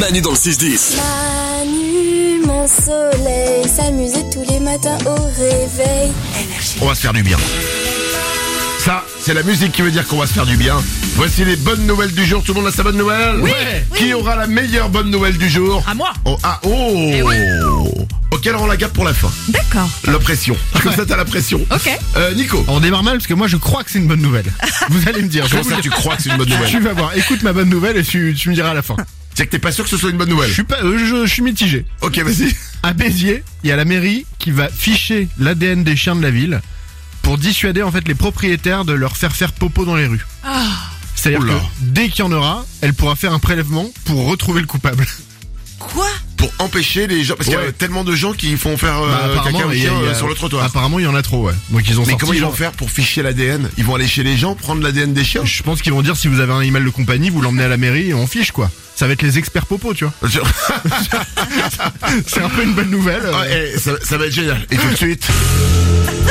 Manu dans le 6-10. Manu, mon soleil, s'amuser tous les matins au réveil. On va se faire du bien. Ça, c'est la musique qui veut dire qu'on va se faire du bien. Voici les bonnes nouvelles du jour. Tout le monde a sa bonne nouvelle Oui, Qui aura la meilleure bonne nouvelle du jour À moi Eh Oh, ah, oh Ok, alors on la garde pour la fin. D'accord. La pression. Comme ça, t'as la pression. Ok. Euh, Nico, On démarre mal parce que moi je crois que c'est une bonne nouvelle. Vous allez me dire. je comment vais vous ça le tu dire. crois que c'est une bonne nouvelle Tu vas voir. Écoute ma bonne nouvelle et tu, tu me diras à la fin. C'est que t'es pas sûr que ce soit une bonne nouvelle Je suis pas, euh, je, je suis mitigé. Ok, vas-y. À Béziers, il y a la mairie qui va ficher l'ADN des chiens de la ville pour dissuader en fait les propriétaires de leur faire faire popo dans les rues. C'est-à-dire Oula. que dès qu'il y en aura, elle pourra faire un prélèvement pour retrouver le coupable. Quoi Pour empêcher les gens, parce qu'il y a Ouais. Bah, tellement de gens qui font faire euh, caca aux il y a- chiens, il y a- euh, sur le trottoir. Apparemment, il y en a trop. Ouais. Donc ils ont Mais sorti, comment ils vont genre, faire pour ficher l'ADN Ils vont aller chez les gens, prendre l'ADN des chiens Je pense qu'ils vont dire si vous avez un animal de compagnie, vous l'emmenez à la mairie et on fiche quoi. Ça va être les experts popo, tu vois. C'est un peu une bonne nouvelle. euh. Ah, eh, ça, ça va être génial. Et tout de suite,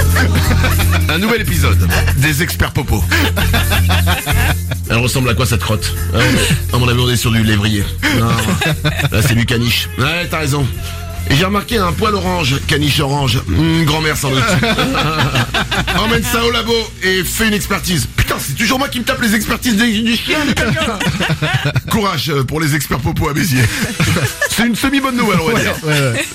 un nouvel épisode des experts popo. Elle ressemble à quoi cette crotte Ah, on- À mon avis, on est sur du lévrier. Non, là, c'est du caniche. Ouais, t'as raison. Et j'ai remarqué un poil orange, caniche orange. Hmm, Grand-mère sans doute. Emmène ça au labo et fais une expertise. Putain, c'est toujours moi qui me tape les expertises des, du chien. du caca. Courage euh, pour les experts popo à Béziers. C'est une semi-bonne nouvelle, on va dire.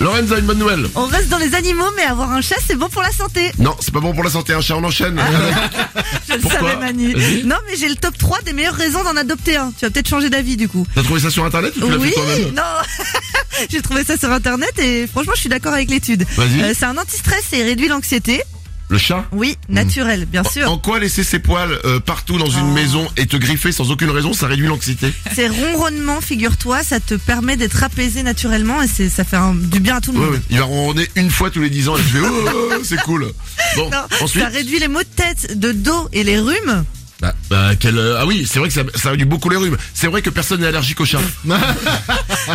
Lorenzo a une bonne nouvelle. On reste dans les animaux, mais avoir un chat, c'est bon pour la santé. Non, c'est pas bon pour la santé, un chat, on enchaîne. Ah Je le Pourquoi savais, Manu. Vas-y. Non, mais j'ai le top 3 des meilleures raisons d'en adopter un. Tu vas peut-être changer d'avis, du coup. T'as trouvé ça sur internet ou tu l'as Oui, fait toi-même non. j'ai trouvé ça sur Internet et franchement, je suis d'accord avec l'étude. Euh, Vas-y. c'est un anti-stress et réduit l'anxiété. Le chat Oui, naturel, bien sûr. En quoi laisser ses poils euh, partout dans Oh. une maison et te griffer sans aucune raison, ça réduit l'anxiété C'est ronronnement, figure-toi, ça te permet d'être apaisé naturellement et c'est, ça fait un- du bien à tout le Ouais, monde. ouais. Il va ronronner une fois tous les 10 ans et tu fais oh, oh, oh, c'est cool. Bon, Non, ensuite. ça réduit les maux de tête, de dos et les rhumes. Bah, bah, quel, euh, ah oui, c'est vrai que ça, ça réduit beaucoup les rhumes. C'est vrai que personne n'est allergique au chat.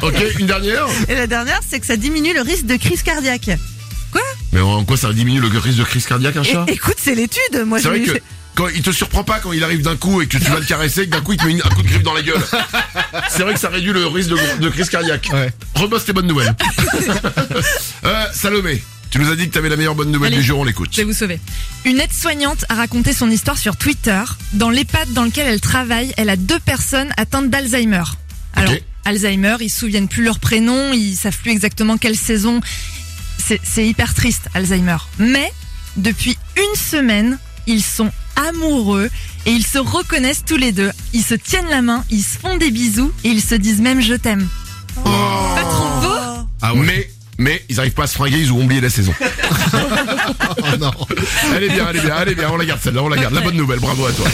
ok, une dernière. Et la dernière, c'est que ça diminue le risque de crise cardiaque. Mais en quoi ça diminue le risque de crise cardiaque un Et- chat écoute, c'est l'étude. Moi, C'est je vrai l'ai que fait. quand il te surprend pas quand il arrive d'un coup et que tu vas le caresser et que d'un coup il te met une- un coup de griffe dans la gueule. C'est vrai que ça réduit le risque de, de crise cardiaque. Ouais. Rebosse tes bonnes nouvelles. euh, Salomé, tu nous as dit que t'avais la meilleure bonne nouvelle Allez. du jour, on l'écoute. Je vais vous sauver. Une aide-soignante a raconté son histoire sur Twitter. Dans l'EHPAD dans lequel elle travaille, elle a deux personnes atteintes d'Alzheimer. Alors, Ok. Alzheimer, ils se souviennent plus leur prénom, ils savent plus exactement quelle saison. C'est c'est hyper triste, Alzheimer. Mais, depuis une semaine, ils sont amoureux et ils se reconnaissent tous les deux. Ils se tiennent la main, ils se font des bisous et ils se disent même je t'aime. Pas trop beau Ah ouais. Mais, mais ils arrivent pas à se fringuer, ils ont oublié la saison. Oh Oh non. Elle est bien, elle est bien, elle est bien, on la garde celle-là, on la garde. La bonne nouvelle, bravo à toi.